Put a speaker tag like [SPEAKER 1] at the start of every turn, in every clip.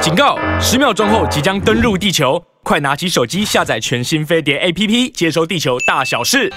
[SPEAKER 1] 警告！十秒钟后即将登陆地球，快拿起手机下载全新飞碟 APP，接收地球大小事。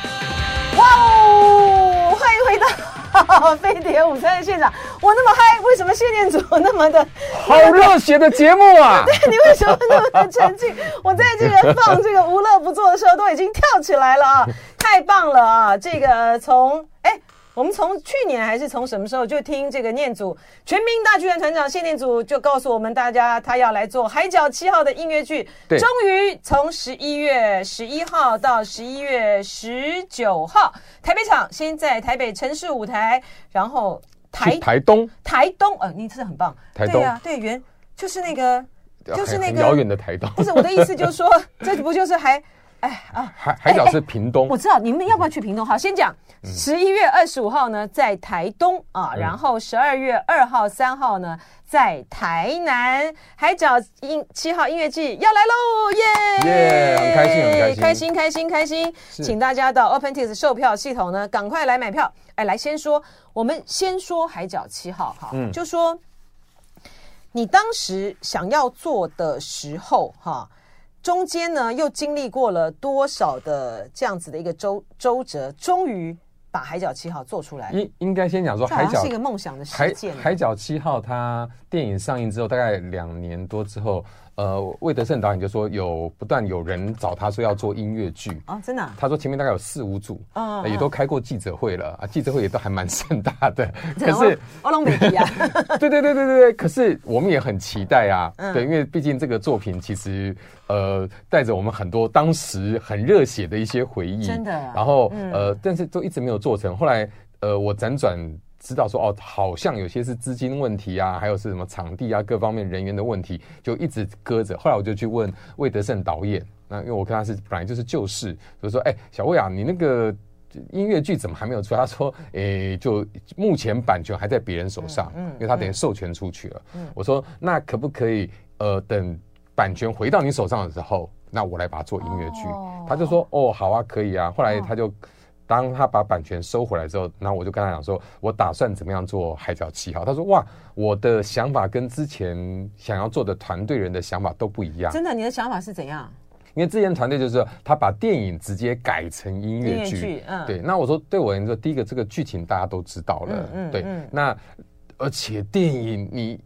[SPEAKER 2] 哇哦！欢迎回到 飞碟午餐的现场，我那么嗨，为什么谢念祖那么的？
[SPEAKER 3] 好热血的节目啊！
[SPEAKER 2] 对，你为什么那么的沉浸？我在这个放这个无乐不作的时候，都已经跳起来了 啊！太棒了啊！这个从哎。我们从去年还是从什么时候就听这个念祖全民大剧院团长谢念祖就告诉我们大家，他要来做《海角七号》的音乐剧，
[SPEAKER 3] 对
[SPEAKER 2] 终于从十一月十一号到十一月十九号，台北场先在台北城市舞台，然后台
[SPEAKER 3] 去台东，
[SPEAKER 2] 台东，呃，你真的很棒，
[SPEAKER 3] 台东
[SPEAKER 2] 对
[SPEAKER 3] 哎
[SPEAKER 2] 呀、对原就是那个就是那
[SPEAKER 3] 很
[SPEAKER 2] 个
[SPEAKER 3] 遥远的台东，
[SPEAKER 2] 不是我的意思，就是说 这不就是还哎啊。
[SPEAKER 3] 海海角是屏东
[SPEAKER 2] 我，知道你们要不要去屏东？好，先讲十一月二十五号呢，在台东啊，
[SPEAKER 3] 嗯
[SPEAKER 2] 然后十二月二号、三号呢，在台南海角音七号音乐季要来喽，耶！
[SPEAKER 3] 耶很开心很开心
[SPEAKER 2] 开心，开心，开心！
[SPEAKER 3] 是
[SPEAKER 2] 请大家到 OpenTix 售票系统呢，赶快来买票。哎，来先说，我们先说海角七号哈，
[SPEAKER 3] 嗯
[SPEAKER 2] 就说你当时想要做的时候哈。中间呢，又经历过了多少的这样子的一个周周折，终于把《海角七号》做出来。
[SPEAKER 3] 应应该先讲说
[SPEAKER 2] 这
[SPEAKER 3] 海
[SPEAKER 2] 好像是
[SPEAKER 3] 角
[SPEAKER 2] 一个梦想的
[SPEAKER 3] 海
[SPEAKER 2] 实践啊。
[SPEAKER 3] 嗯海角七号，它电影上映之后大概两年多之后，呃，魏德圣导演就说有不断有人找他说要做音乐剧，
[SPEAKER 2] 啊，真的啊、
[SPEAKER 3] 他说前面大概有四五组，
[SPEAKER 2] 啊
[SPEAKER 3] 呃也都开过记者会了啊，记者会也都还蛮盛大的，
[SPEAKER 2] 真
[SPEAKER 3] 可
[SPEAKER 2] 的
[SPEAKER 3] 是。
[SPEAKER 2] 欧龙北迪啊，
[SPEAKER 3] 对对对对对对，可是我们也很期待啊，
[SPEAKER 2] 嗯
[SPEAKER 3] 对，因为毕竟这个作品其实呃带着我们很多当时很热血的一些回忆，
[SPEAKER 2] 真的啊
[SPEAKER 3] 然后、
[SPEAKER 2] 嗯
[SPEAKER 3] 呃，但是都一直没有做成，后来呃我辗转。知道说哦，好像有些是资金问题啊，还有是什么场地啊，各方面人员的问题，就一直搁着。后来我就去问魏德胜导演，那因为我跟他是本来就是旧事，就说哎、小魏啊，你那个音乐剧怎么还没有出？他说，诶、就目前版权还在别人手上，
[SPEAKER 2] 嗯嗯嗯
[SPEAKER 3] 因为他等于授权出去了。我说，那可不可以，呃，等版权回到你手上的时候，那我来把它做音乐剧？
[SPEAKER 2] 哦
[SPEAKER 3] 他就说，哦，好啊，可以啊。后来
[SPEAKER 2] 哦
[SPEAKER 3] 他就。当他把版权收回来之后，然后我就跟他讲说，我打算怎么样做《海角七号》。他说：“哇，我的想法跟之前想要做的团队人的想法都不一样。”
[SPEAKER 2] 真的，你的想法是怎样？
[SPEAKER 3] 因为之前团队就是说他把电影直接改成音乐
[SPEAKER 2] 音乐
[SPEAKER 3] 剧
[SPEAKER 2] 剧，嗯
[SPEAKER 3] 对。那我说对我来说，第一个这个剧情大家都知道了，
[SPEAKER 2] 嗯嗯
[SPEAKER 3] 对。
[SPEAKER 2] 嗯
[SPEAKER 3] 那而且电影你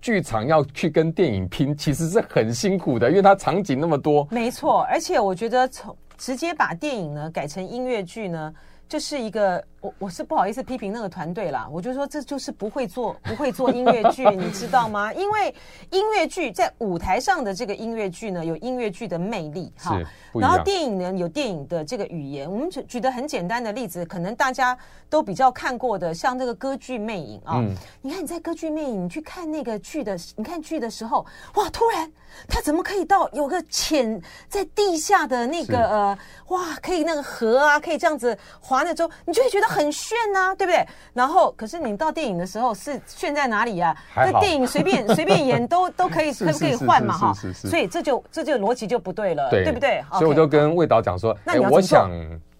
[SPEAKER 3] 剧场要去跟电影拼，其实是很辛苦的，因为它场景那么多，
[SPEAKER 2] 没错，而且我觉得从直接把电影呢改成音乐剧呢，就是一个我我是不好意思批评那个团队啦，我就说这就是不会做 不会做音乐剧，你知道吗？因为音乐剧在舞台上的这个音乐剧呢，有音乐剧的魅力哈
[SPEAKER 3] 是。不一
[SPEAKER 2] 然后
[SPEAKER 3] 样
[SPEAKER 2] 电影呢有电影的这个语言，我们举举的很简单的例子，可能大家都比较看过的，像这个歌剧《魅影》啊，
[SPEAKER 3] 嗯
[SPEAKER 2] 你看你在歌剧《魅影》，你去看那个剧的，你看剧的时候，哇，突然它怎么可以到有个潜在地下的那个
[SPEAKER 3] 是
[SPEAKER 2] 呃，哇，可以那个河啊，可以这样子划那舟，你就会觉得很炫呐、对不对？然后可是你到电影的时候是炫在哪里呀、
[SPEAKER 3] 还
[SPEAKER 2] 这
[SPEAKER 3] 好
[SPEAKER 2] 电影随 便随便演都都可以，
[SPEAKER 3] 是
[SPEAKER 2] 可不可以
[SPEAKER 3] 是是
[SPEAKER 2] 换嘛
[SPEAKER 3] 是
[SPEAKER 2] 哈？
[SPEAKER 3] 是是
[SPEAKER 2] 所以这就这就逻辑就不对了，呃对不对？
[SPEAKER 3] 所以我
[SPEAKER 2] OK，
[SPEAKER 3] 就跟魏导讲说，哎
[SPEAKER 2] 那你要怎么
[SPEAKER 3] 我
[SPEAKER 2] 做
[SPEAKER 3] 想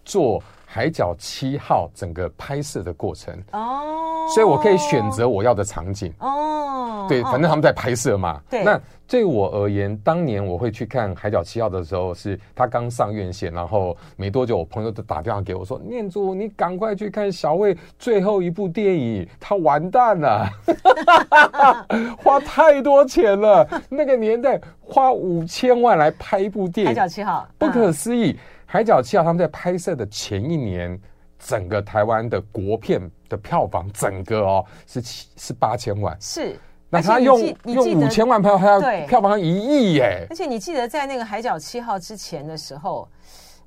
[SPEAKER 3] 做《海角七号》整个拍摄的过程，
[SPEAKER 2] 哦，
[SPEAKER 3] 所以我可以选择我要的场景。
[SPEAKER 2] 哦，
[SPEAKER 3] 对，
[SPEAKER 2] 哦
[SPEAKER 3] 反正他们在拍摄嘛。
[SPEAKER 2] 对
[SPEAKER 3] 那对我而言，当年我会去看《海角七号》的时候，是他刚上院线，然后没多久，我朋友就打电话给我说：“念珠，你赶快去看小魏最后一部电影，他完 蛋了，花太多钱了。那个年代花五千万来拍一部电
[SPEAKER 2] 海
[SPEAKER 3] 影
[SPEAKER 2] 角，七号
[SPEAKER 3] 不
[SPEAKER 2] 嗯
[SPEAKER 3] 可思议。海角七号他们在拍摄的前一年，整个台湾的国片的票房，整个哦是七是八千万。
[SPEAKER 2] 是，
[SPEAKER 3] 那
[SPEAKER 2] 而且
[SPEAKER 3] 他
[SPEAKER 2] 你
[SPEAKER 3] 用
[SPEAKER 2] 记你
[SPEAKER 3] 用
[SPEAKER 2] 记
[SPEAKER 3] 五
[SPEAKER 2] 得
[SPEAKER 3] 千万票，他
[SPEAKER 2] 对
[SPEAKER 3] 要票房一亿耶！
[SPEAKER 2] 而且你记得在那个《海角七号》之前的时候，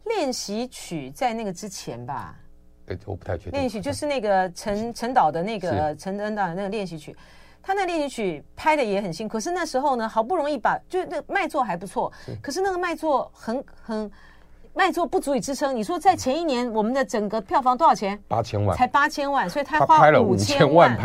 [SPEAKER 2] 练习曲在那个之前吧，
[SPEAKER 3] 哎，我不太确
[SPEAKER 2] 练
[SPEAKER 3] 定。
[SPEAKER 2] 习曲就是那个陈陈导的那个陈恩导的那个练习曲。他那练习曲拍的也很辛苦，可是那时候呢，好不容易把就是那个卖座还不错，可是那个卖座很很卖座不足以支撑。你说在前一年我们的整个票房多少钱？
[SPEAKER 3] 八千万，
[SPEAKER 2] 才八千万，所以他
[SPEAKER 3] 他
[SPEAKER 2] 花
[SPEAKER 3] 拍了
[SPEAKER 2] 五
[SPEAKER 3] 五
[SPEAKER 2] 千万
[SPEAKER 3] 千
[SPEAKER 2] 嗯
[SPEAKER 3] 万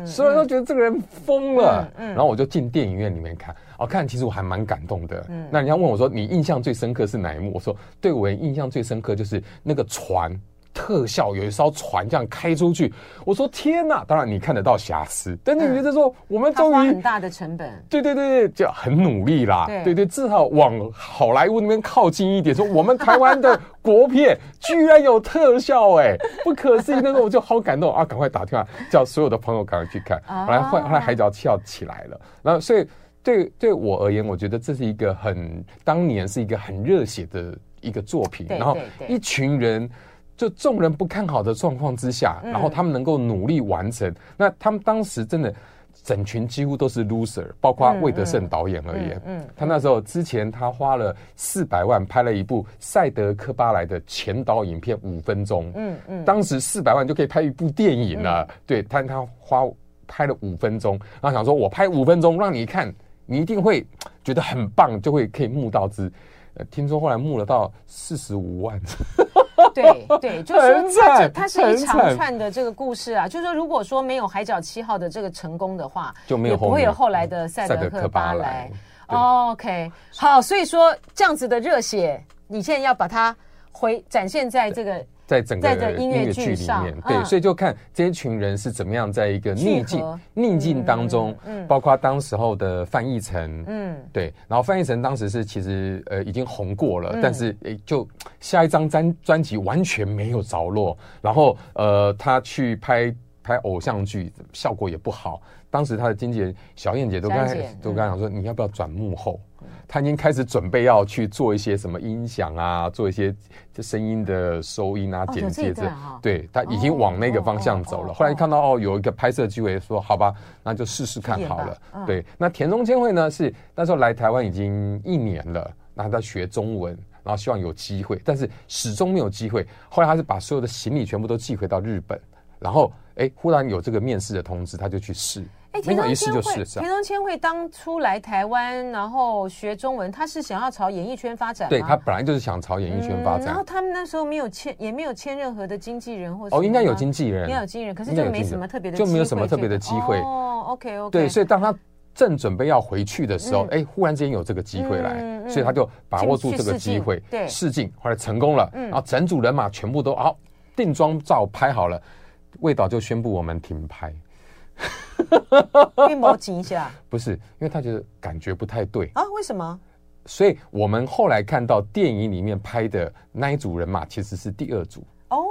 [SPEAKER 3] 拍，所有人都觉得这个人疯了。
[SPEAKER 2] 嗯嗯
[SPEAKER 3] 然后我就进电影院里面看，哦，看其实我还蛮感动的。
[SPEAKER 2] 嗯
[SPEAKER 3] 那人家问我说，你印象最深刻是哪一幕？我说，对我印象最深刻就是那个船特效，有一艘船这样开出去，我说天哪！当然你看得到瑕疵，但是你觉得说我们
[SPEAKER 2] 嗯他
[SPEAKER 3] 终
[SPEAKER 2] 花
[SPEAKER 3] 于、
[SPEAKER 2] 很大的成本，
[SPEAKER 3] 对对对对，就很努力啦。
[SPEAKER 2] 对
[SPEAKER 3] 对至少往好莱坞那边靠近一点，说我们台湾的国片居然有特效、 哎，不可思议！那时候我就好感动啊，赶快打电话叫所有的朋友赶快去看。
[SPEAKER 2] 啊
[SPEAKER 3] 后来后来后来海角七号起来了，然后所以对对我而言，我觉得这是一个很当年是一个很热血的一个作品，
[SPEAKER 2] 对
[SPEAKER 3] 然后
[SPEAKER 2] 对对
[SPEAKER 3] 一群人。就众人不看好的状况之下，
[SPEAKER 2] 嗯
[SPEAKER 3] 然后他们能够努力完成。那他们当时真的整群几乎都是 loser，包括魏德胜导演而言，
[SPEAKER 2] 嗯嗯嗯
[SPEAKER 3] 他那时候之前他花了四百万拍了一部赛德科巴莱的前导影片五分钟，
[SPEAKER 2] 嗯嗯，
[SPEAKER 3] 当时四百万就可以拍一部电影了。对，但他花拍了五分钟，然后想说我拍五分钟让你看，你一定会觉得很棒，就会可以募到资。呃听说后来募了到四十五万，
[SPEAKER 2] 嗯对 对，就是说
[SPEAKER 3] 很
[SPEAKER 2] 它这
[SPEAKER 3] 惨
[SPEAKER 2] 它是一
[SPEAKER 3] 很
[SPEAKER 2] 长
[SPEAKER 3] 惨
[SPEAKER 2] 串的这个故事啊，就是说如果说没有海角七号的这个成功的话，
[SPEAKER 3] 就没有
[SPEAKER 2] 也不
[SPEAKER 3] 后
[SPEAKER 2] 会
[SPEAKER 3] 面
[SPEAKER 2] 有后来的赛
[SPEAKER 3] 赛
[SPEAKER 2] 德
[SPEAKER 3] 德
[SPEAKER 2] 克
[SPEAKER 3] 克巴
[SPEAKER 2] 巴
[SPEAKER 3] 莱
[SPEAKER 2] 莱。
[SPEAKER 3] 对
[SPEAKER 2] OK，好，所以说这样子的热血，你现在要把它回展现在这个
[SPEAKER 3] 在整
[SPEAKER 2] 在
[SPEAKER 3] 个
[SPEAKER 2] 这音
[SPEAKER 3] 音
[SPEAKER 2] 乐
[SPEAKER 3] 乐
[SPEAKER 2] 剧
[SPEAKER 3] 剧里
[SPEAKER 2] 上
[SPEAKER 3] 面，
[SPEAKER 2] 嗯
[SPEAKER 3] 对，所以就看这一群人是怎么样在一个
[SPEAKER 2] 聚
[SPEAKER 3] 逆
[SPEAKER 2] 合
[SPEAKER 3] 境逆境当中，
[SPEAKER 2] 嗯嗯
[SPEAKER 3] 包括当时候的范逸臣，
[SPEAKER 2] 嗯
[SPEAKER 3] 对，然后范逸臣当时是其实呃已经红过了，
[SPEAKER 2] 嗯
[SPEAKER 3] 但是诶就下一张专专辑完全没有着落，然后呃他去拍拍偶像剧，效果也不好。当时他的经纪人小燕姐都跟他
[SPEAKER 2] 小燕姐嗯
[SPEAKER 3] 都跟他讲说，你要不要转幕后？他已经开始准备要去做一些什么音响啊，做一些这声音的收音啊、
[SPEAKER 2] 哦有
[SPEAKER 3] 剪
[SPEAKER 2] 这一
[SPEAKER 3] 接这
[SPEAKER 2] 段哈，
[SPEAKER 3] 对他已经往那个方向
[SPEAKER 2] 哦哦
[SPEAKER 3] 走
[SPEAKER 2] 哦
[SPEAKER 3] 了。
[SPEAKER 2] 哦
[SPEAKER 3] 后来看到哦有一个拍摄机会，说好吧，那就试试看
[SPEAKER 2] 去演吧
[SPEAKER 3] 好了
[SPEAKER 2] 嗯。
[SPEAKER 3] 对，那田中千惠呢是那时候来台湾已经一年了，那他在学中文。然后希望有机会，但是始终没有机会。后来他是把所有的行李全部都寄回到日本，然后哎，忽然有这个面试的通知，他就去试。
[SPEAKER 2] 哎，田
[SPEAKER 3] 没有
[SPEAKER 2] 中
[SPEAKER 3] 一试
[SPEAKER 2] 千
[SPEAKER 3] 就
[SPEAKER 2] 惠，
[SPEAKER 3] 试啊上
[SPEAKER 2] 田。中千惠当初来台湾，然后学中文，她是想要朝演艺圈发展吗，
[SPEAKER 3] 对他本来就是想朝演艺圈发
[SPEAKER 2] 嗯然
[SPEAKER 3] 展
[SPEAKER 2] 后，他们那时候没有签，也没有签任何的经纪人或什么
[SPEAKER 3] 哦，应该有
[SPEAKER 2] 吗
[SPEAKER 3] 经纪人，
[SPEAKER 2] 应该有经纪人，可是
[SPEAKER 3] 应该
[SPEAKER 2] 就
[SPEAKER 3] 有
[SPEAKER 2] 没
[SPEAKER 3] 经纪
[SPEAKER 2] 什么
[SPEAKER 3] 人
[SPEAKER 2] 特别的机
[SPEAKER 3] 就
[SPEAKER 2] 会，
[SPEAKER 3] 没有什么特别的机会
[SPEAKER 2] 哦，OK OK，
[SPEAKER 3] 对，所
[SPEAKER 2] 以
[SPEAKER 3] 以当他正准备要回去的时候
[SPEAKER 2] 嗯，
[SPEAKER 3] 哎、忽然之间有这个机会来，
[SPEAKER 2] 嗯嗯
[SPEAKER 3] 所以他就把握住这个机会
[SPEAKER 2] 进去试镜，对
[SPEAKER 3] 试镜，后来成功了，
[SPEAKER 2] 嗯
[SPEAKER 3] 然后整组人马全部都好，定妆照拍好了，魏导就宣布我们停拍，啊
[SPEAKER 2] 被磨紧一下
[SPEAKER 3] 不是因为他觉得感觉不太对，
[SPEAKER 2] 啊？为什么？
[SPEAKER 3] 所以我们后来看到电影里面拍的那一组人马其实是第二组，
[SPEAKER 2] 哦，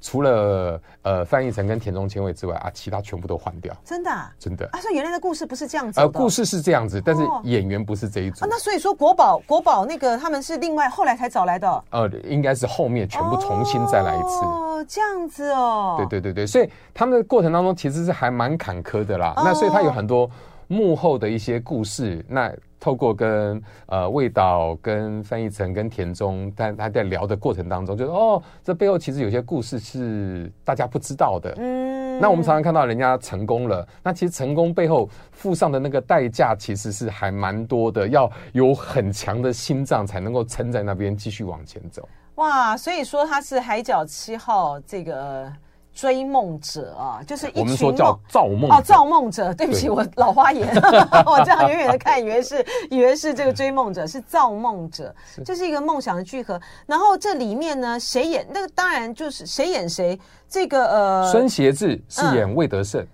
[SPEAKER 3] 除了呃范逸臣跟田中千惠之外啊，其他全部都换掉，
[SPEAKER 2] 真的啊？
[SPEAKER 3] 真的。
[SPEAKER 2] 啊，所以原来的故事不是这样子的
[SPEAKER 3] 呃，
[SPEAKER 2] 哦。
[SPEAKER 3] 故事是这样子，但是
[SPEAKER 2] 哦
[SPEAKER 3] 演员不是这一组
[SPEAKER 2] 啊，，那所以说国宝国宝那个他们是另外后来才找来的哦，
[SPEAKER 3] 呃，应该是后面全部重新再来一次。
[SPEAKER 2] 哦，这样子哦。
[SPEAKER 3] 对对对对，所以他们的过程当中其实是还蛮坎坷的啦。
[SPEAKER 2] 哦
[SPEAKER 3] 那所以他有很多幕后的一些故事，那透过跟呃魏导、跟范逸臣、跟田中，但他在聊的过程当中，就是哦，这背后其实有些故事是大家不知道的。
[SPEAKER 2] 嗯
[SPEAKER 3] 那我们常常看到人家成功了，那其实成功背后付上的那个代价其实是还蛮多的，要有很强的心脏才能够撑在那边继续往前走。
[SPEAKER 2] 哇，所以说他是海角七号这个追梦者啊，就是一
[SPEAKER 3] 我们
[SPEAKER 2] 群
[SPEAKER 3] 说
[SPEAKER 2] 梦
[SPEAKER 3] 叫。造梦
[SPEAKER 2] 哦，
[SPEAKER 3] 者
[SPEAKER 2] 造梦者，对不起，
[SPEAKER 3] 对
[SPEAKER 2] 我老花眼， 我这样远远的看，以为是以为是这个追梦者，是造梦者，这是一个梦想的聚合。然后这里面呢，谁演那个当然就是谁演谁，这个呃，
[SPEAKER 3] 孙协志饰演魏德胜，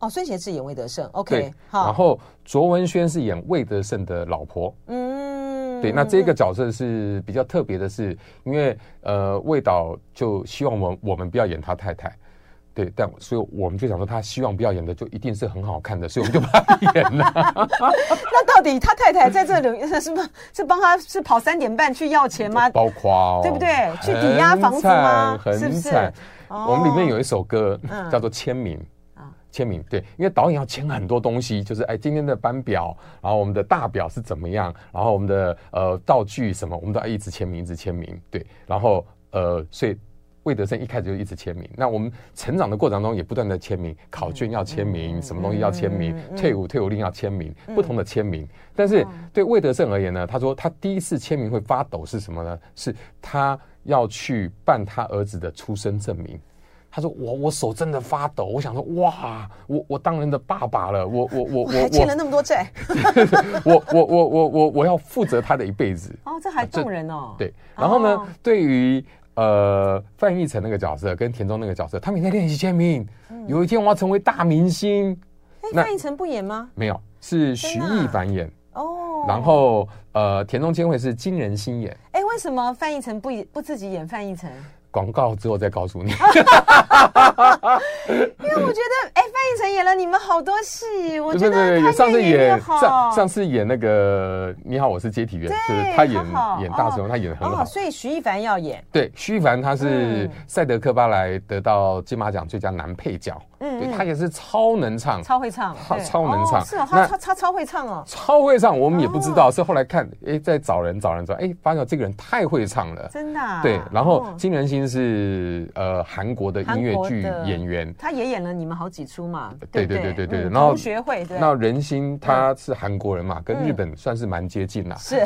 [SPEAKER 2] 哦孙协志演魏德胜
[SPEAKER 3] 对
[SPEAKER 2] ，OK，，
[SPEAKER 3] 然
[SPEAKER 2] 好，
[SPEAKER 3] 后卓文萱是演魏德胜的老婆，
[SPEAKER 2] 嗯
[SPEAKER 3] 对，那这个角色是比较特别的是，因为呃魏导就希望我们我们不要演他太太。对，但所以我们就想说，他希望不要演的就一定是很好看的，所以我们就把他 演了。
[SPEAKER 2] 那到底他太太在这里 是吗？是帮他是跑三点半去要钱 吗？
[SPEAKER 3] 包括哦，
[SPEAKER 2] 对不对去抵押房子吗
[SPEAKER 3] 很
[SPEAKER 2] 是
[SPEAKER 3] 惨
[SPEAKER 2] 不
[SPEAKER 3] 很
[SPEAKER 2] 是
[SPEAKER 3] 惨。
[SPEAKER 2] 哦
[SPEAKER 3] 我们里面有一首歌
[SPEAKER 2] 嗯
[SPEAKER 3] 叫做《签名》
[SPEAKER 2] 啊
[SPEAKER 3] 签名对，因为导演要签很多东西，就是哎今天的班表，然后我们的大表是怎么样，然后我们的呃道具什么，我们都要一直签名，一直签名，对，然后呃所以魏德胜一开始就一直签名。那我们成长的过程中也不断的签名，考卷要签名，什么东西要签名
[SPEAKER 2] 嗯，
[SPEAKER 3] 退伍退伍令要签名，不同的签名。但是对魏德胜而言呢，他说他第一次签名会发抖是什么呢？是他要去办他儿子的出生证明。他说我我手真的发抖，我想说哇，我我当人的爸爸了，我我我
[SPEAKER 2] 我
[SPEAKER 3] 我
[SPEAKER 2] 还欠了那么多债，
[SPEAKER 3] 我我我我我我我要负责他的一辈子。
[SPEAKER 2] 哦，这还动人哦。
[SPEAKER 3] 对，然后呢，
[SPEAKER 2] 哦
[SPEAKER 3] 对于呃，范逸臣那个角色跟田中那个角色，他每天练习签名，
[SPEAKER 2] 嗯
[SPEAKER 3] 有一天我要成为大明星，
[SPEAKER 2] 哎，
[SPEAKER 3] 那
[SPEAKER 2] 范逸臣不演吗？
[SPEAKER 3] 没有，是徐
[SPEAKER 2] 真的
[SPEAKER 3] 艺
[SPEAKER 2] 啊
[SPEAKER 3] 凡演，
[SPEAKER 2] 哦，
[SPEAKER 3] 然后呃，田中千惠是金仁心演。
[SPEAKER 2] 哎，为什么范逸臣不演不自己演范逸臣？
[SPEAKER 3] 广告之后再告诉你，
[SPEAKER 2] 啊因为我觉得，哎，范逸臣演了你们好多戏，我觉
[SPEAKER 3] 对对
[SPEAKER 2] 得
[SPEAKER 3] 对，
[SPEAKER 2] 他
[SPEAKER 3] 上次
[SPEAKER 2] 越演越
[SPEAKER 3] 演上
[SPEAKER 2] 好。
[SPEAKER 3] 上次演那个《你好，我是接体员》，就是他演
[SPEAKER 2] 好好
[SPEAKER 3] 演大神，他演的很好
[SPEAKER 2] 哦，。所以徐一凡要演，
[SPEAKER 3] 对，徐一凡他是
[SPEAKER 2] 嗯
[SPEAKER 3] 赛德克巴莱得到金马奖最佳男配角，
[SPEAKER 2] 嗯
[SPEAKER 3] 对
[SPEAKER 2] 嗯
[SPEAKER 3] 他也是超能唱，
[SPEAKER 2] 超会唱，
[SPEAKER 3] 他
[SPEAKER 2] 对
[SPEAKER 3] 超能唱
[SPEAKER 2] 哦是哦，他
[SPEAKER 3] 那
[SPEAKER 2] 他他超会唱哦。
[SPEAKER 3] 超会唱，我们也不知道，是后来看，哎，在找人找人找，哎，发现这个人太会唱了。
[SPEAKER 2] 真的、啊。
[SPEAKER 3] 对，然后
[SPEAKER 2] 哦
[SPEAKER 3] 金仁心是呃韩国的音乐
[SPEAKER 2] 韩
[SPEAKER 3] 剧
[SPEAKER 2] 国的
[SPEAKER 3] 演员，
[SPEAKER 2] 他也演了你们好几出嘛，
[SPEAKER 3] 对
[SPEAKER 2] 不
[SPEAKER 3] 对对对对
[SPEAKER 2] 嗯
[SPEAKER 3] 对然后
[SPEAKER 2] 同学会对，。
[SPEAKER 3] 那仁心他是韩国人嘛，跟日本算是蛮接近啦
[SPEAKER 2] 是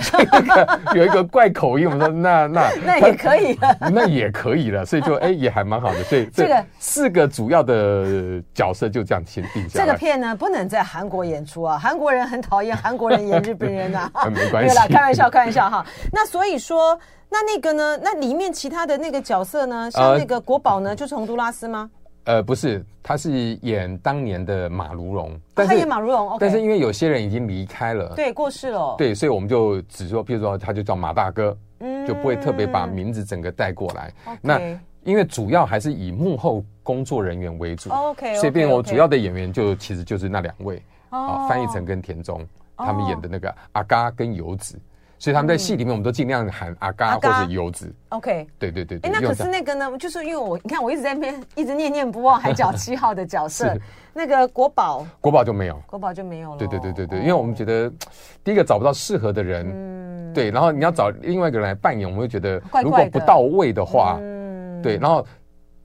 [SPEAKER 3] 有一个怪口音，我们说那那
[SPEAKER 2] 那也可 以了。
[SPEAKER 3] 那也可以了，所以就哎、也还蛮好的，所以
[SPEAKER 2] 这个
[SPEAKER 3] 四个主要的角色就这样先定
[SPEAKER 2] 这
[SPEAKER 3] 下来。，
[SPEAKER 2] 个片呢，不能在韩国演出啊！韩国人很讨厌韩国人演日本人啊
[SPEAKER 3] 呃没关
[SPEAKER 2] 对
[SPEAKER 3] 系
[SPEAKER 2] 啦，开玩笑，开玩笑哈。那所以说，那那个呢？那里面其他的那个角色呢？像
[SPEAKER 3] 呃
[SPEAKER 2] 那个国宝呢，就是洪都拉斯吗？
[SPEAKER 3] 呃，不是，他是演当年的马如龙，
[SPEAKER 2] 哦他演马如龙，OK，
[SPEAKER 3] 但是因为有些人已经离开了，
[SPEAKER 2] 对过世了，，
[SPEAKER 3] 对所以我们就只说，譬如说他就叫马大哥，
[SPEAKER 2] 嗯
[SPEAKER 3] 就不会特别把名字整个带过来。
[SPEAKER 2] OK
[SPEAKER 3] 那因为主要还是以幕后工作人员为主
[SPEAKER 2] OK，OK，OK
[SPEAKER 3] 所以变成我主要的演员就其实就是那两位啊，
[SPEAKER 2] 哦
[SPEAKER 3] 翻译成跟田中他们演的那个阿嘎跟游子，所以他们在戏里面我们都尽量喊阿
[SPEAKER 2] 阿
[SPEAKER 3] 嘎或
[SPEAKER 2] 嘎
[SPEAKER 3] 者游子。
[SPEAKER 2] OK。
[SPEAKER 3] 对对对对
[SPEAKER 2] 哎，，那
[SPEAKER 3] 用
[SPEAKER 2] 可
[SPEAKER 3] 这
[SPEAKER 2] 是
[SPEAKER 3] 样
[SPEAKER 2] 那个呢，就是因为我你看我一直在那边一直念念不忘海角七号的角色
[SPEAKER 3] 是，
[SPEAKER 2] 那个国宝
[SPEAKER 3] 国宝就没有。
[SPEAKER 2] 国宝就没有了。
[SPEAKER 3] 对对对对对，
[SPEAKER 2] 哦
[SPEAKER 3] 因为我们觉得第一个找不到适合的人，
[SPEAKER 2] 嗯
[SPEAKER 3] 对，然后你要找另外一个人来扮演，我们会觉得
[SPEAKER 2] 怪怪的
[SPEAKER 3] 如果不到位的话，
[SPEAKER 2] 嗯
[SPEAKER 3] 对，然后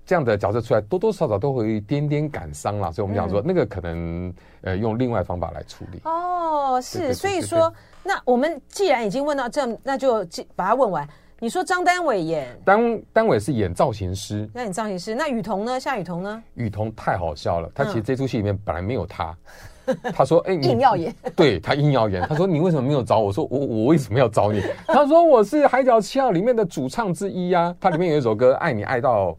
[SPEAKER 3] 这样的角色出来，多多少少都会有一点点感伤啦。所以我们想说，
[SPEAKER 2] 嗯
[SPEAKER 3] 那个可能呃用另外方法来处理。
[SPEAKER 2] 哦，是，
[SPEAKER 3] 对对
[SPEAKER 2] 所以
[SPEAKER 3] 对对
[SPEAKER 2] 说，那我们既然已经问到这，那就记把它问完。你说张丹伟演，
[SPEAKER 3] 单单伟是演造型师，
[SPEAKER 2] 那你造型师，那雨桐呢？夏雨桐呢？
[SPEAKER 3] 雨桐太好笑了，他
[SPEAKER 2] 嗯
[SPEAKER 3] 其实这出戏里面本来没 有他，他说：“哎、你
[SPEAKER 2] 硬要演，
[SPEAKER 3] 对他硬要演。”他说：“你为什么没有找我？”我说：“我我为什么要找你？” 他说：“我是《海角七号》里面的主唱之一啊，他里面有一首歌《爱你爱到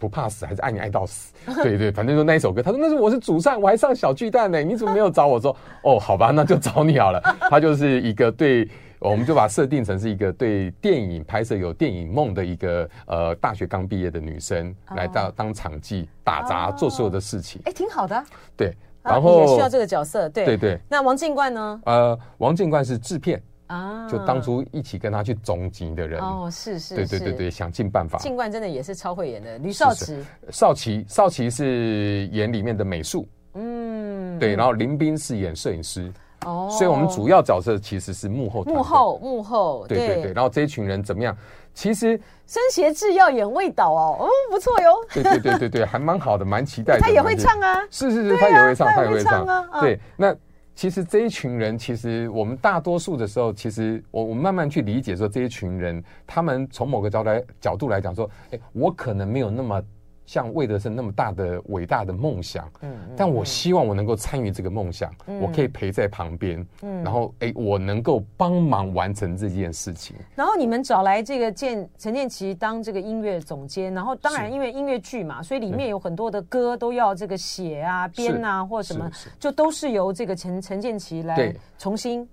[SPEAKER 3] 不怕死》，还是《爱你爱到死》？ 对对，反正就那一首歌。他说：“那是我是主唱，我还上小巨蛋呢、你怎么没有找我？”说：“ 哦，好吧，那就找你好了。” 他就是一个对。我们就把它设定成是一个对电影拍摄有电影梦的一个呃大学刚毕业的女生来
[SPEAKER 2] 哦
[SPEAKER 3] 当当场记打杂做所有的事情。
[SPEAKER 2] 哎，挺好的啊，
[SPEAKER 3] 对，
[SPEAKER 2] 啊
[SPEAKER 3] 然
[SPEAKER 2] 也
[SPEAKER 3] 后
[SPEAKER 2] 需要这个角色，对
[SPEAKER 3] 对对，
[SPEAKER 2] 那王静冠呢？
[SPEAKER 3] 呃，王静冠是制片，
[SPEAKER 2] 啊，
[SPEAKER 3] 就当初一起跟他去总集的人，
[SPEAKER 2] 哦，是是，
[SPEAKER 3] 对对对
[SPEAKER 2] 是，
[SPEAKER 3] 对，想尽办法。
[SPEAKER 2] 静冠真的也是超会演的，吕少
[SPEAKER 3] 是
[SPEAKER 2] 奇，
[SPEAKER 3] 少奇，少奇是演里面的美术，
[SPEAKER 2] 嗯，
[SPEAKER 3] 对，然后林斌是演摄影师，
[SPEAKER 2] 哦
[SPEAKER 3] 所以我们主要角色其实是幕后团队
[SPEAKER 2] 幕，后幕后，
[SPEAKER 3] 对对对，然后这一群人怎么样？其实，
[SPEAKER 2] 申协志要演魏导哦，嗯，不错哟，
[SPEAKER 3] 对对对对对，还蛮好的，蛮期待的。
[SPEAKER 2] 他也
[SPEAKER 3] 蛮
[SPEAKER 2] 会
[SPEAKER 3] 期
[SPEAKER 2] 唱啊，
[SPEAKER 3] 是是是，
[SPEAKER 2] 对啊
[SPEAKER 3] 他也会唱，
[SPEAKER 2] 他
[SPEAKER 3] 他
[SPEAKER 2] 也
[SPEAKER 3] 也
[SPEAKER 2] 会
[SPEAKER 3] 会
[SPEAKER 2] 唱
[SPEAKER 3] 唱
[SPEAKER 2] 啊啊
[SPEAKER 3] 对，那其实这一群人，其实我们大多数的时候，其实我我慢慢去理解说，这一群人，他们从某个角度来角度来讲说，哎，我可能没有那么。像魏德胜那么大的伟大的梦想，
[SPEAKER 2] 嗯
[SPEAKER 3] 但我希望我能够参与这个梦想，我可以陪在旁边，
[SPEAKER 2] 嗯
[SPEAKER 3] 然后哎、我能够帮忙完成这件事情。
[SPEAKER 2] 然后你们找来这个建陈建奇当这个音乐总监，然后当然
[SPEAKER 3] 是
[SPEAKER 2] 因为音乐剧嘛，所以里面有很多的歌都要这个写啊、编啊或什么
[SPEAKER 3] 是是，
[SPEAKER 2] 就都是由这个陈陈建奇来
[SPEAKER 3] 对
[SPEAKER 2] 重新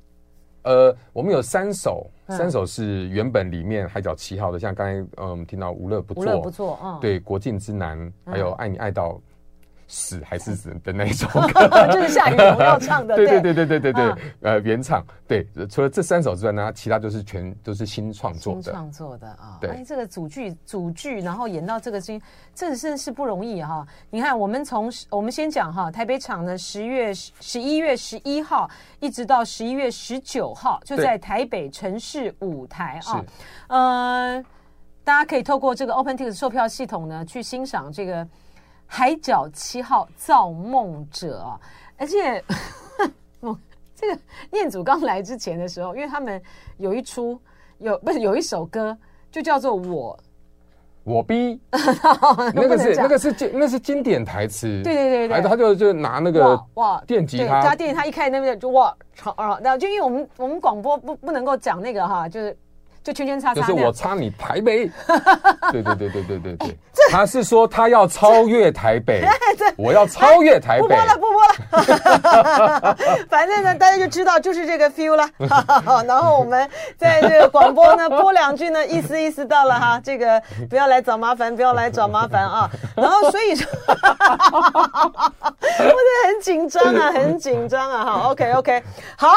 [SPEAKER 3] 呃，我们有三首，
[SPEAKER 2] 嗯
[SPEAKER 3] 三首是原本里面《海角七号》的，像刚才呃我们听到无乐不
[SPEAKER 2] 无
[SPEAKER 3] 作，
[SPEAKER 2] 乐不作啊，嗯， 嗯
[SPEAKER 3] 对《国境之南》，还有《爱你爱到死还是死》的那 一首歌。
[SPEAKER 2] 就是夏雨桐要唱的，
[SPEAKER 3] 对对对对对对对
[SPEAKER 2] 嗯，
[SPEAKER 3] 呃，原唱对，除了这三首之外呢，其他都是全都是新创作
[SPEAKER 2] 新
[SPEAKER 3] 的。
[SPEAKER 2] 创作的啊，
[SPEAKER 3] 对
[SPEAKER 2] 哎，这个组剧组剧，然后演到这个剧，这真是不容易哈、你看，我们从我们先讲哈，台北场呢，十月十一月十一号一直到十一月十九号，就
[SPEAKER 3] 对
[SPEAKER 2] 在台北城市舞台
[SPEAKER 3] 是
[SPEAKER 2] 啊，呃，大家可以透过这个 OpenTix 售票系统呢，去欣赏这个《海角七号造梦者》啊，而且。 我这个念祖刚来之前的时候，因为他们有一出有不是有一首歌就叫做我，
[SPEAKER 3] 我 逼，那个是
[SPEAKER 2] 讲
[SPEAKER 3] 那个是经那是经典台词。
[SPEAKER 2] 对对对对
[SPEAKER 3] 还有他就就拿那个
[SPEAKER 2] 哇哇
[SPEAKER 3] 电吉
[SPEAKER 2] 对
[SPEAKER 3] 他
[SPEAKER 2] 加电吉他一开那边就哇吵啊，然后就因为我们我们广播不不能够讲那个哈，就是就圈圈叉
[SPEAKER 3] 就
[SPEAKER 2] 叉
[SPEAKER 3] 是
[SPEAKER 2] 那
[SPEAKER 3] 我
[SPEAKER 2] 样。
[SPEAKER 3] 插你台 北，对对对对对对
[SPEAKER 2] 哎
[SPEAKER 3] 对，他是说他要超越台 北，我要超越台
[SPEAKER 2] 不
[SPEAKER 3] 北
[SPEAKER 2] 播，了，不播了， 反正呢，大家就知道就是这个 feel 了。 然后我们在这个广播呢播两句呢，意思意思到了 哈，这个不要来找麻烦，不要来找麻烦啊。 然后所以说，我真的很紧张 啊，很紧张啊哈。OK OK，好，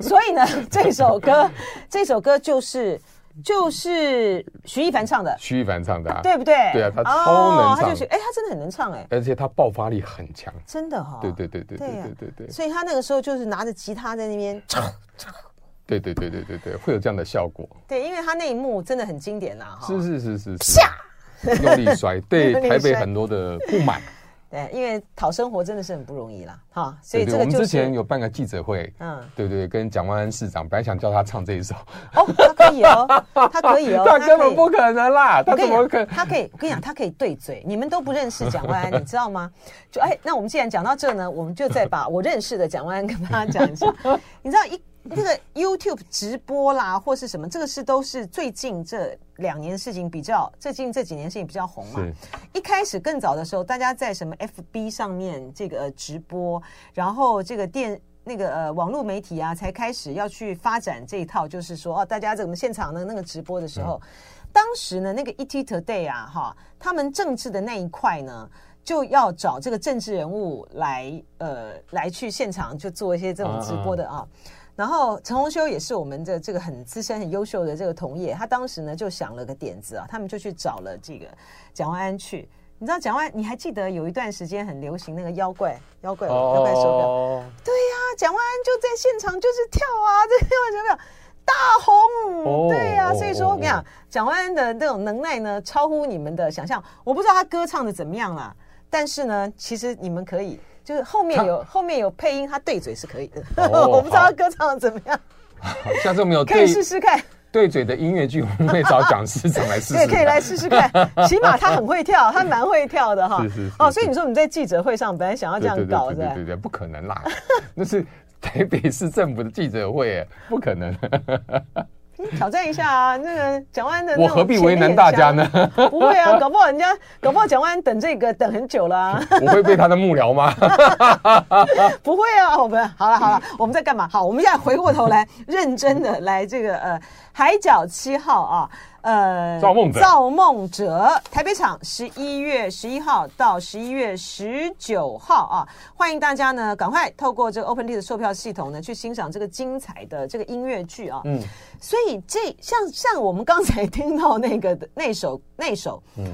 [SPEAKER 2] 所 以呢，这首歌，这首歌就是就是徐一凡唱的，
[SPEAKER 3] 徐一凡唱的啊，
[SPEAKER 2] 对不对？
[SPEAKER 3] 对啊他超能
[SPEAKER 2] 哦他就
[SPEAKER 3] 唱
[SPEAKER 2] 是，哎，他真的很能唱哎。
[SPEAKER 3] 而且他爆发力很强，
[SPEAKER 2] 真的哈、
[SPEAKER 3] 对对对对对
[SPEAKER 2] 呀
[SPEAKER 3] 对对对
[SPEAKER 2] 所以他那个时候就是拿着吉他在那边，
[SPEAKER 3] 对对对对对对，会有这样的效果，
[SPEAKER 2] 对，因为他那一幕真的很经典啊啦哈。
[SPEAKER 3] 是是是是是， 用力摔，对
[SPEAKER 2] 哦 用力
[SPEAKER 3] 台北
[SPEAKER 2] 摔
[SPEAKER 3] 很多的不 满，
[SPEAKER 2] 对，因为讨生活真的是很不容易啦哈，所
[SPEAKER 3] 对
[SPEAKER 2] 以
[SPEAKER 3] 对，
[SPEAKER 2] 这
[SPEAKER 3] 我
[SPEAKER 2] 个
[SPEAKER 3] 们
[SPEAKER 2] 就
[SPEAKER 3] 之
[SPEAKER 2] 是
[SPEAKER 3] 前有办个记者会，
[SPEAKER 2] 嗯
[SPEAKER 3] 对对，跟蒋万安市长本来想叫他唱这一首，
[SPEAKER 2] 哦，他可以哦， 他 可以哦，
[SPEAKER 3] 他根
[SPEAKER 2] 可以
[SPEAKER 3] 本不可能啦，他
[SPEAKER 2] 我跟
[SPEAKER 3] 怎
[SPEAKER 2] 你
[SPEAKER 3] 么 可
[SPEAKER 2] 讲，？他可以，我跟你讲，他可以对嘴，你们都不认识蒋万安，你知道吗？ 就哎，那我们既然讲到这呢，我们就再把我认识的蒋万安跟大家讲一 下。你知道一那个 YouTube 直播啦，或是什么，这个是都是最近这两年事情比较，最近这几年事情比较红嘛
[SPEAKER 3] 是。
[SPEAKER 2] 一开始更早的时候，大家在什么 FB 上面这个、呃直播，然后这个电。那个呃，网络媒体啊，才开始要去发展这一套，就是说哦，大家怎么现场的那个直播的时候，当时呢，那个 ET Today 啊，哈，他们政治的那一块呢，就要找这个政治人物来，呃，来去现场就做一些这种直播的啊。然后陈鸿修也是我们的这个很资深、很优秀的这个同业，他当时呢就想了个点子啊，他们就去找了这个蒋万安去。你知道蒋万安，你还记得有一段时间很流行那个妖怪妖怪妖怪手表？
[SPEAKER 3] 哦，
[SPEAKER 2] 对呀、蒋万安就在现场就是跳啊，这个手表大红，
[SPEAKER 3] 哦
[SPEAKER 2] 对呀、所以说
[SPEAKER 3] 哦
[SPEAKER 2] 我跟你讲，蒋万安的那种能耐呢，超乎你们的想象。我不知道他歌唱的怎么样啦，但是呢，其实你们可以。就是后面有后面有配音，他对嘴是可以的。
[SPEAKER 3] 哦
[SPEAKER 2] 我不知道他
[SPEAKER 3] 好
[SPEAKER 2] 歌唱的怎么样，
[SPEAKER 3] 好下次我们有
[SPEAKER 2] 可以
[SPEAKER 3] 对
[SPEAKER 2] 试试看，
[SPEAKER 3] 对嘴的音乐剧，我们会找蒋市长来 试
[SPEAKER 2] 对，
[SPEAKER 3] 试看。
[SPEAKER 2] 可以来试试 看。起码他很会跳，他蛮会跳的哈。
[SPEAKER 3] 是是是
[SPEAKER 2] 哦，
[SPEAKER 3] 是
[SPEAKER 2] 所以你说你在记者会上本来想要
[SPEAKER 3] 对
[SPEAKER 2] 这样搞，是
[SPEAKER 3] 对对对
[SPEAKER 2] 吧
[SPEAKER 3] 对？对对，不可能啦，那是 台北市政府的记者会，不可能。
[SPEAKER 2] 挑战一下啊！那个蒋万安的那种
[SPEAKER 3] 我何必为难大家呢？
[SPEAKER 2] 潜力很强？不会啊，搞不好人家，搞不好蒋万安等这个等很久了、啊，
[SPEAKER 3] 我会被他的幕僚吗？
[SPEAKER 2] 不会啊，我们好了好
[SPEAKER 3] 嗯
[SPEAKER 2] 了，我们在干嘛？好，我们现在回过头 来认真的来这个呃海角七号啊，呃
[SPEAKER 3] 造梦者
[SPEAKER 2] 造梦者台北场十一月十一号到十一月十九号啊，欢迎大家呢赶快透过这个 OpenT 的售票系统呢去欣赏这个精彩的这个音乐剧啊，
[SPEAKER 3] 嗯，
[SPEAKER 2] 所以这像像我们刚才听到那个的那首那首，嗯，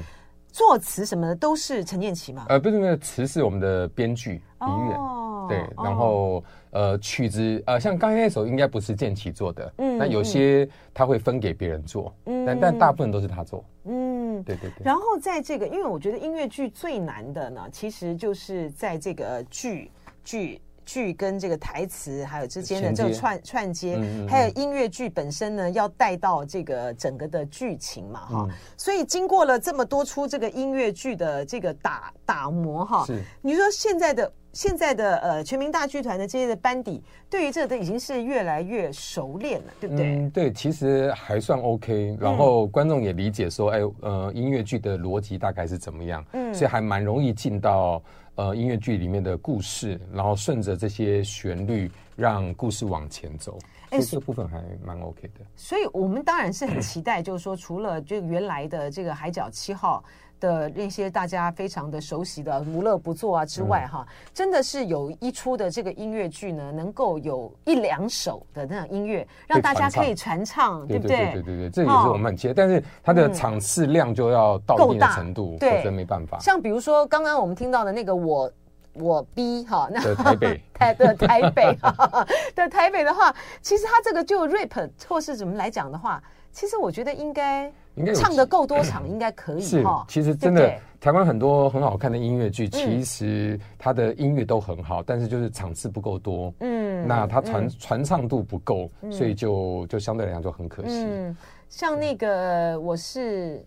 [SPEAKER 2] 作词什么的都是陈建奇嘛，
[SPEAKER 3] 呃，不是，不是，词是我们的编剧李远，
[SPEAKER 2] 哦
[SPEAKER 3] 呃对，然后呃，曲子呃，像刚才那首应该不是建奇做的，
[SPEAKER 2] 嗯
[SPEAKER 3] 那有些他会分给别人做，但但大部分都是他做，
[SPEAKER 2] 嗯，
[SPEAKER 3] 对对对，
[SPEAKER 2] 然后在这个，因为我觉得音乐剧最难的呢，其实就是在这个剧剧。剧跟这个台词还有之间的
[SPEAKER 3] 衔
[SPEAKER 2] 这个
[SPEAKER 3] 接
[SPEAKER 2] 串串接，
[SPEAKER 3] 嗯嗯嗯
[SPEAKER 2] 还有音乐剧本身呢，要带到这个整个的剧情嘛，哈、
[SPEAKER 3] 嗯
[SPEAKER 2] 所以经过了这么多出这个音乐剧的这个打打磨，哈，
[SPEAKER 3] 是
[SPEAKER 2] 你说现在的现在的呃全民大剧团的这些的班底，对于这都已经是越来越熟练了，对不对？嗯
[SPEAKER 3] 嗯，对，其实还算 OK，然后观众也理解说，哎，呃，音乐剧的逻辑大概是怎么样，
[SPEAKER 2] 嗯
[SPEAKER 3] 所以还蛮容易进到呃音乐剧里面的故事，然后顺着这些旋律让故事往前走，
[SPEAKER 2] 哎
[SPEAKER 3] 所以这个部分还蛮 OK 的。
[SPEAKER 2] 所以我们当然
[SPEAKER 3] 嗯
[SPEAKER 2] 是很期待，就是说，除了就原来的这个海角七号的那些大家非常的熟悉的无乐不作啊之
[SPEAKER 3] 嗯
[SPEAKER 2] 外，哈，真的是有一出的这个音乐剧呢，能够有一两首的那种音乐，让大家可以传唱，
[SPEAKER 3] 对
[SPEAKER 2] 不
[SPEAKER 3] 对
[SPEAKER 2] 对哦嗯
[SPEAKER 3] 对？对对对，这也是我们很期待，但是它的场次量就要到一定的程度
[SPEAKER 2] 够，大对
[SPEAKER 3] 否则没办法。
[SPEAKER 2] 像比如说刚刚我们听到的那个我我逼哈，那
[SPEAKER 3] 的 台北
[SPEAKER 2] 台的台北 的台北的话，其实他这个就 rap 或是怎么来讲的话，其实我觉得应该
[SPEAKER 3] 应该有
[SPEAKER 2] 唱的 够多场，应该可以
[SPEAKER 3] 是
[SPEAKER 2] 哈，。
[SPEAKER 3] 其实
[SPEAKER 2] 哦对
[SPEAKER 3] 真的
[SPEAKER 2] 不对嗯
[SPEAKER 3] 台湾很多很好看的音乐剧，其实它的音乐都很好，但是就是场次不够多。
[SPEAKER 2] 嗯
[SPEAKER 3] 那它传传唱度不够，所以就就相对来讲就很可惜。
[SPEAKER 2] 嗯，像那个我是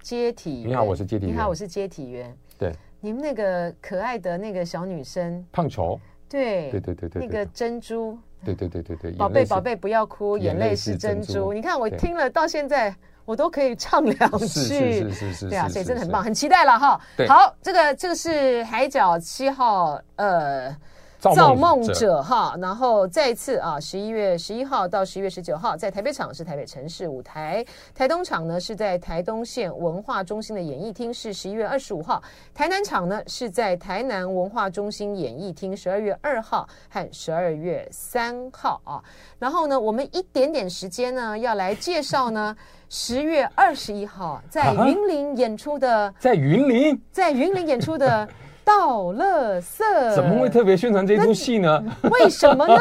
[SPEAKER 2] 接体员，
[SPEAKER 3] 你好我是接体员
[SPEAKER 2] 你好，我是接体员。
[SPEAKER 3] 对，
[SPEAKER 2] 你们那个可爱的那个小女生，
[SPEAKER 3] 胖球，
[SPEAKER 2] 对
[SPEAKER 3] 对对对对
[SPEAKER 2] 那个
[SPEAKER 3] 对，
[SPEAKER 2] 珍珠，
[SPEAKER 3] 对对对对对，
[SPEAKER 2] 宝
[SPEAKER 3] 眼泪
[SPEAKER 2] 贝
[SPEAKER 3] 是
[SPEAKER 2] 宝贝不要哭，眼
[SPEAKER 3] 眼
[SPEAKER 2] 泪
[SPEAKER 3] 泪
[SPEAKER 2] 是
[SPEAKER 3] 是
[SPEAKER 2] 珍
[SPEAKER 3] 珍
[SPEAKER 2] 珠。
[SPEAKER 3] 珠
[SPEAKER 2] 你看我
[SPEAKER 3] 对
[SPEAKER 2] 听了到现在，我都可以唱两句。
[SPEAKER 3] 是是是是是，
[SPEAKER 2] 对啊，
[SPEAKER 3] 是
[SPEAKER 2] 所以
[SPEAKER 3] 是
[SPEAKER 2] 真的很
[SPEAKER 3] 是
[SPEAKER 2] 棒，很期待了哈。
[SPEAKER 3] 对
[SPEAKER 2] 好，这个这个是海角七号，呃，
[SPEAKER 3] 造梦者，
[SPEAKER 2] 者哈，然后再一次啊，十一月十一号到十一月十九号，在台北场是台北城市舞台，台东场呢是在台东县文化中心的演艺厅，是十一月二十五号；台南场呢是在台南文化中心演艺厅，十二月二号和十二月三号啊。然后呢，我们一点点时间呢要来介绍呢， 十月二十一号在
[SPEAKER 3] 啊哈
[SPEAKER 2] 云林演出的，
[SPEAKER 3] 在云林
[SPEAKER 2] 在云林演出的《道乐色》，
[SPEAKER 3] 怎
[SPEAKER 2] 呃
[SPEAKER 3] 么会特别宣传这出戏呢？
[SPEAKER 2] 为什么呢？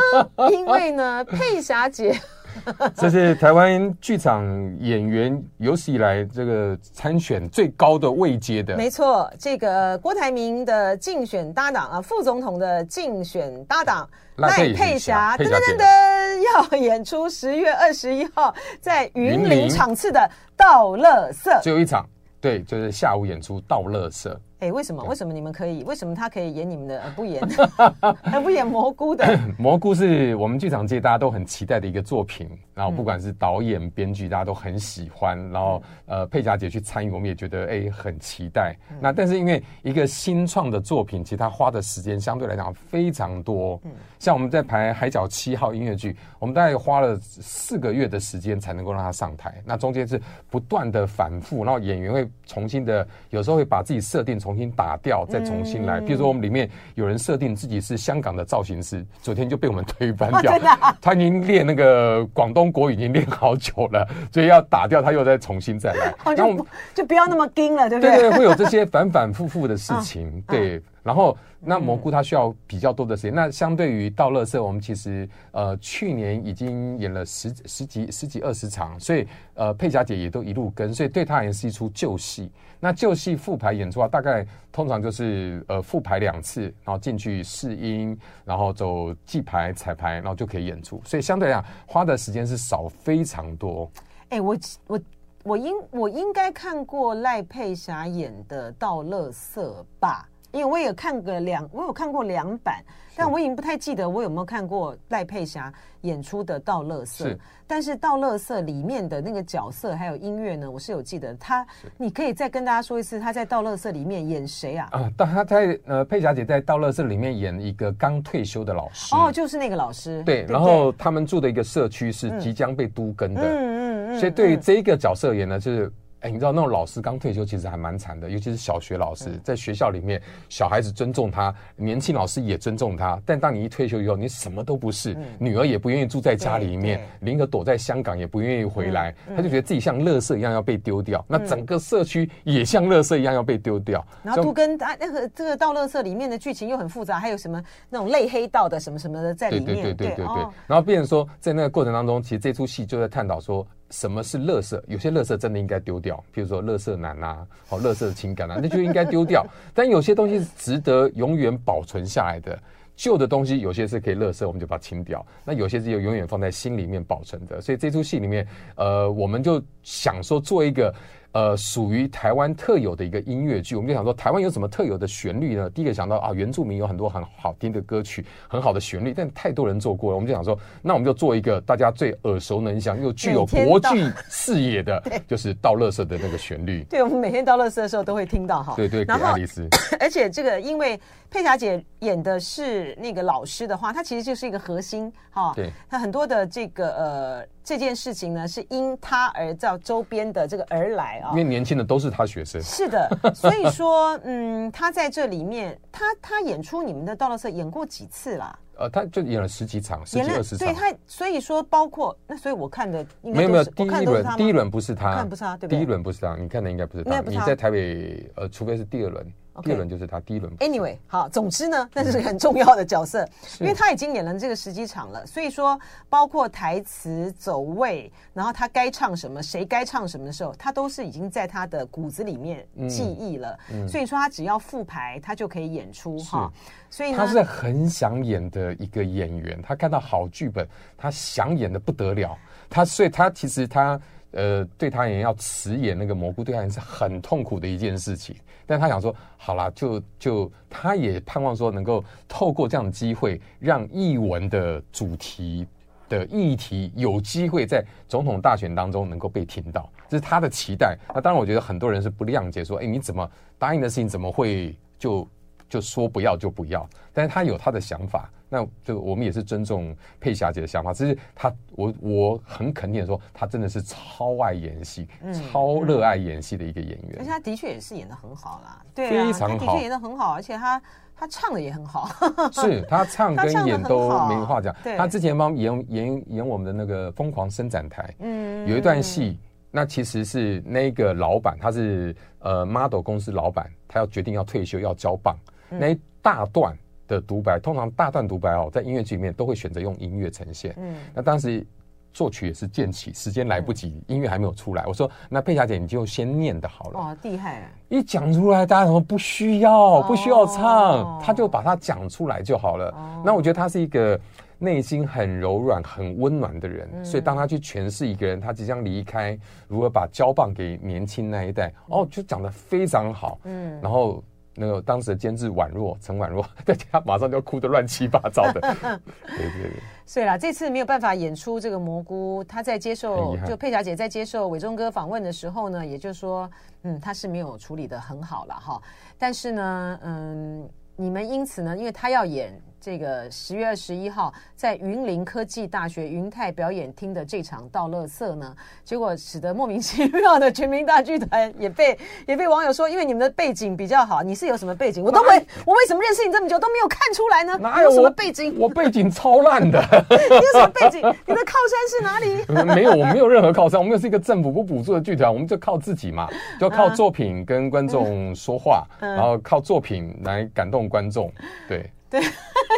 [SPEAKER 2] 因为呢，佩霞姐
[SPEAKER 3] 这是台湾剧场演员有史以来这个参选最高的位阶的，
[SPEAKER 2] 没错，这个郭台铭的竞选搭档啊，副总统的竞选搭档
[SPEAKER 3] 赖佩
[SPEAKER 2] 佩霞，
[SPEAKER 3] 佩
[SPEAKER 2] 噔
[SPEAKER 3] 霞
[SPEAKER 2] 噔
[SPEAKER 3] 姐
[SPEAKER 2] 噔噔，要演出十月二十一号在云
[SPEAKER 3] 云
[SPEAKER 2] 林
[SPEAKER 3] 林
[SPEAKER 2] 场次的《道乐色》。
[SPEAKER 3] 只有一场，对，就是下午演出到乐社，
[SPEAKER 2] 哎，为什么？为什么你们可以？为什么他可以演你们的，而呃不演， 而不演蘑菇的？
[SPEAKER 3] 蘑菇是我们剧场界大家都很期待的一个作品，然后不管是导演、编剧，大家都很喜欢。然后呃，佩霞姐去参与，我们也觉得哎、很期待。那但是因为一个新创的作品，其实它花的时间相对来讲非常多。像我们在排《海角七号》音乐剧，我们大概花了四个月的时间才能够让它上台。那中间是不断的反复，然后演员会重新的，有时候会把自己设定重新打掉，再重新来。比如说
[SPEAKER 2] 嗯
[SPEAKER 3] 我们里面有人设定自己是香港的造型师，昨天就被我们推翻
[SPEAKER 2] 哦
[SPEAKER 3] 掉。
[SPEAKER 2] 啊
[SPEAKER 3] 他已经练那个广东国语已经练好久了，所以要打掉他又再重新再来。
[SPEAKER 2] 哦，
[SPEAKER 3] 然后
[SPEAKER 2] 就
[SPEAKER 3] 我们
[SPEAKER 2] 不就不要那么盯了，对不
[SPEAKER 3] 对
[SPEAKER 2] 对？
[SPEAKER 3] 对，嗯会有这些反反复复的事情。对，然后那蘑菇它需要比较多的时间。那相对于到乐色，我们其实呃去年已经演了十十几十几二十场，所以呃佩霞姐也都一路跟，所以对她而言是一出旧戏。那旧戏复排演出啊，大概通常就是呃复排两次，然后进去试音，然后走记牌、彩排，然后就可以演出。所以相对来讲，花的时间是少非常多。
[SPEAKER 2] 哎、我我我应我应该看过赖佩霞演的《到乐色》吧，因为我也看个两，我有看过两版，但我已经不太记得我有没有看过赖佩霞演出的《到乐色》
[SPEAKER 3] 是。
[SPEAKER 2] 但是《到乐色》里面的那个角色还有音乐呢，我是有记得。他，你可以再跟大家说一次，他在《到乐色》里面演谁啊？
[SPEAKER 3] 啊，但她在呃佩霞姐在《到乐社》里面演一个刚退休的老师
[SPEAKER 2] 哦，就是那个老师。
[SPEAKER 3] 对，
[SPEAKER 2] 不
[SPEAKER 3] 然后他们住的一个社区是即将被都更的，
[SPEAKER 2] 嗯嗯嗯嗯，
[SPEAKER 3] 所以对于
[SPEAKER 2] 嗯
[SPEAKER 3] 这一个角色而言呢，就是。哎，你知道那种老师刚退休其实还蛮惨的，尤其是小学老师，
[SPEAKER 2] 嗯
[SPEAKER 3] 在学校里面，小孩子尊重他，年轻老师也尊重他。但当你一退休以后，你什么都不是，
[SPEAKER 2] 嗯
[SPEAKER 3] 女儿也不愿意住在家里面，宁可躲在香港也不愿意回来。
[SPEAKER 2] 嗯
[SPEAKER 3] 他就觉得自己像垃圾一样要被丢掉，那整个社区也像垃圾一样要被丢掉。
[SPEAKER 2] 然
[SPEAKER 3] 所
[SPEAKER 2] 后都
[SPEAKER 3] 以
[SPEAKER 2] 跟啊那个这个《到乐色》里面的剧情又很复杂，还有什么那种类黑道的什么什么的在
[SPEAKER 3] 对
[SPEAKER 2] 里面。
[SPEAKER 3] 对对对对对。
[SPEAKER 2] 哦
[SPEAKER 3] 然后变成说，在那个过程当中，其实这出戏就在探讨说。什么是垃圾？有些垃圾真的应该丢掉，比如说垃圾男啊，好、垃圾情感啊，那就应该丢掉。 但有些东西是值得永远保存下来的，旧的东西有些是可以垃圾，我们就把它清掉；那有些是永远放在心里面保存的。所以这出戏里面，呃，我们就想说做一个呃属于台湾特有的一个音乐剧，我们就想说台湾有什么特有的旋律呢？第一个想到啊，原住民有很多很好听的歌曲，很好的旋律，但太多人做过了，我们就想说，那我们就做一个大家最耳熟能详又具
[SPEAKER 2] 每
[SPEAKER 3] 有
[SPEAKER 2] 天
[SPEAKER 3] 国
[SPEAKER 2] 到
[SPEAKER 3] 际视 野的，就是到乐色的那个旋律。
[SPEAKER 2] 对，我们每天到乐色的时候都会听到哈。
[SPEAKER 3] 对对，给
[SPEAKER 2] 然
[SPEAKER 3] 爱
[SPEAKER 2] 后
[SPEAKER 3] 丽丝。
[SPEAKER 2] 而且这个因为佩霞姐演的是那个老师的话，她其实就是一个核心哈。
[SPEAKER 3] 对，
[SPEAKER 2] 她很多的这个呃这件事情呢，是因她而到周边的这个而来啊
[SPEAKER 3] 因。为年轻的都是他学生，
[SPEAKER 2] 是的，所以说，嗯，她在这里面，她她演出你们的《到乐色》演过几次啦？
[SPEAKER 3] 呃，他就演了十几场，十
[SPEAKER 2] 演
[SPEAKER 3] 几
[SPEAKER 2] 了，
[SPEAKER 3] 二十
[SPEAKER 2] 所以
[SPEAKER 3] 场。
[SPEAKER 2] 他所以说包括那，所以我看的应该
[SPEAKER 3] 没有
[SPEAKER 2] 都
[SPEAKER 3] 没有，
[SPEAKER 2] 是
[SPEAKER 3] 第
[SPEAKER 2] 我看
[SPEAKER 3] 一
[SPEAKER 2] 都是
[SPEAKER 3] 轮
[SPEAKER 2] 他
[SPEAKER 3] 第一
[SPEAKER 2] 吗？
[SPEAKER 3] 轮不是他，
[SPEAKER 2] 看不是他对不对
[SPEAKER 3] 第一轮不是他，你看的应该不是
[SPEAKER 2] 应
[SPEAKER 3] 他，
[SPEAKER 2] 该不是
[SPEAKER 3] 你
[SPEAKER 2] 他
[SPEAKER 3] 在台北呃，除非是第二轮，
[SPEAKER 2] OK
[SPEAKER 3] 第二轮就是他，第一轮不是
[SPEAKER 2] Anyway，好，总之呢，那
[SPEAKER 3] 嗯
[SPEAKER 2] 是个很重要的角色，因为他已经演了这个十几场了，所以说包括台词、走位，然后他该唱什么，谁该唱什么的时候，他都是已经在他的骨子里面
[SPEAKER 3] 嗯
[SPEAKER 2] 记忆了。所以说他只要复排，他就可以演出哈。所以呢，
[SPEAKER 3] 他是很想演的一个演员，他看到好剧本，他想演的不得了。他所以他其实他呃，对他而言要迟演那个蘑菇，对他而言是很痛苦的一件事情。但他想说，好啦，就就他也盼望说，能够透过这样的机会，让译文的主题的议题有机会在总统大选当中能够被听到，这是他的期待。那当然，我觉得很多人是不谅解，说，哎，你怎么答应的事情怎么会就就说不要就不要？但是他有他的想法，那就我们也是尊重佩霞姐的想法。只是她，我我很肯定的说，她真的是超爱演戏，
[SPEAKER 2] 嗯
[SPEAKER 3] 超热爱演戏的一个演员。
[SPEAKER 2] 而且他的确也是演的很好啦，对啊，
[SPEAKER 3] 非常
[SPEAKER 2] 他的
[SPEAKER 3] 好
[SPEAKER 2] 确演的很好，而且他他唱的也很好，
[SPEAKER 3] 是他唱
[SPEAKER 2] 他
[SPEAKER 3] 跟
[SPEAKER 2] 唱得
[SPEAKER 3] 演
[SPEAKER 2] 很
[SPEAKER 3] 都
[SPEAKER 2] 好
[SPEAKER 3] 没话讲。
[SPEAKER 2] 对
[SPEAKER 3] 他之前帮演演演我们的那个《疯狂伸展台》，
[SPEAKER 2] 嗯，
[SPEAKER 3] 有一段戏，那其实是那个老板，他是呃 model 公司老板，他要决定要退休要交棒，
[SPEAKER 2] 嗯
[SPEAKER 3] 那一大段的独白，通常大段独白哦，在音乐剧里面都会选择用音乐呈现。
[SPEAKER 2] 嗯
[SPEAKER 3] 那当时作曲也是渐起，时间来不及，
[SPEAKER 2] 嗯
[SPEAKER 3] 音乐还没有出来。我说，那佩霞姐你就先念的好了。
[SPEAKER 2] 哇，厉害，啊
[SPEAKER 3] 一讲出来，大家怎么不需要，不需要唱，
[SPEAKER 2] 哦
[SPEAKER 3] 他就把它讲出来就好了。
[SPEAKER 2] 哦
[SPEAKER 3] 那我觉得他是一个内心很柔软、很温暖的人，
[SPEAKER 2] 嗯
[SPEAKER 3] 所以当他去诠释一个人他即将离开，如何把交棒给年轻那一代，哦，就讲得非常好。
[SPEAKER 2] 嗯，
[SPEAKER 3] 然后那个当时的监制宛若陈宛若， 大家马上就哭得乱七八糟 的。对对对，
[SPEAKER 2] 所以啦，这次没有办法演出这个蘑菇，他在接
[SPEAKER 3] 很
[SPEAKER 2] 受
[SPEAKER 3] 遗憾
[SPEAKER 2] 就佩霞姐在接受伟忠哥访问的时候呢，也就是说，嗯，他是没有处理的很好了哈，但是呢，嗯，你们因此呢，因为他要演。这个十月二十一号在云林科技大学云泰表演厅的这场倒乐色呢，结果使得莫名其妙的全民大剧团也被也被网友说，因为你们的背景比较好，你是有什么背景？我都没，我为什么认识你这么久都没有看出来呢？
[SPEAKER 3] 哪
[SPEAKER 2] 你
[SPEAKER 3] 有
[SPEAKER 2] 有什
[SPEAKER 3] 我
[SPEAKER 2] 么背景？
[SPEAKER 3] 我背景超烂的。
[SPEAKER 2] 你有什么背景？你的靠山是哪 里？
[SPEAKER 3] 没有，我没有任何靠山，我们又是一个政府不补助的剧团，我们就靠 自己嘛，就靠作品跟观众说话，
[SPEAKER 2] 嗯
[SPEAKER 3] 然后靠作品来感动观众，对。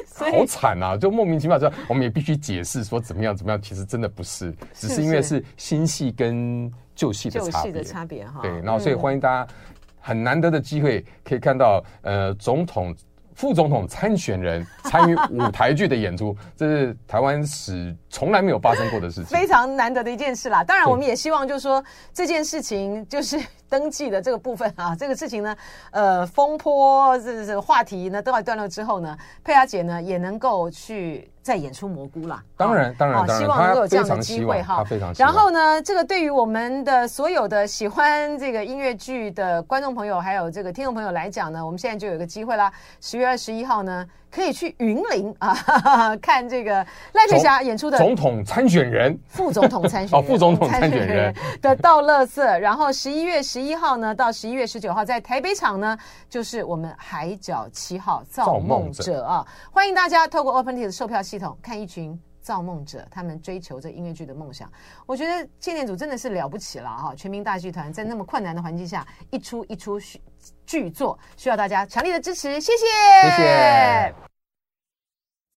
[SPEAKER 2] 所
[SPEAKER 3] 好
[SPEAKER 2] 以
[SPEAKER 3] 惨啊！就莫名其妙说，我们也必须解释说怎么样怎么样，其实真的不是，只
[SPEAKER 2] 是
[SPEAKER 3] 是因为
[SPEAKER 2] 是
[SPEAKER 3] 是新戏跟旧戏的
[SPEAKER 2] 旧
[SPEAKER 3] 差
[SPEAKER 2] 戏
[SPEAKER 3] 别
[SPEAKER 2] 的。差别哈。
[SPEAKER 3] 对，然后所以欢迎大家，很难得的机会可以看到，呃，总统、副总统参选人参与舞台剧的演出，这是台湾史从来没有发生过的事情
[SPEAKER 2] 非。常难得的一件事啦。当然，
[SPEAKER 3] 对
[SPEAKER 2] 我们也希望就是说这件事情就是登记的这个部分啊，这个事情呢，呃，风波这这话题呢，都要段落之后呢，佩雅姐呢也能够去再演出蘑菇啦。
[SPEAKER 3] 当然
[SPEAKER 2] 啊
[SPEAKER 3] 当然
[SPEAKER 2] 啊
[SPEAKER 3] 当然
[SPEAKER 2] 希望能够有这样的
[SPEAKER 3] 她非常
[SPEAKER 2] 机
[SPEAKER 3] 希
[SPEAKER 2] 会
[SPEAKER 3] 望
[SPEAKER 2] 哈
[SPEAKER 3] 她非常。希
[SPEAKER 2] 然
[SPEAKER 3] 望
[SPEAKER 2] 后呢，这个对于我们的所有的喜欢这个音乐剧的观众朋友，还有这个听众朋友来讲呢，我们现在就有一个机会啦。十月二十一号呢，可以去云林啊 哈哈哈看这个赖佩霞演出的
[SPEAKER 3] 总统参选人
[SPEAKER 2] 副总统参选人
[SPEAKER 3] 哦副总统参 选人
[SPEAKER 2] 的到乐色，然后十一月十一号呢到十一月十九号在台北场呢，就是我们海角七号造梦者啊，欢迎大家透过 OpenTix 的售票系统看一群。造梦者，他们追求着音乐剧的梦想。我觉得青年组真的是了不起了啊！全民大剧团在那么困难的环境下，一出一出剧剧作，需要大家强力的支持，谢谢，
[SPEAKER 3] 谢谢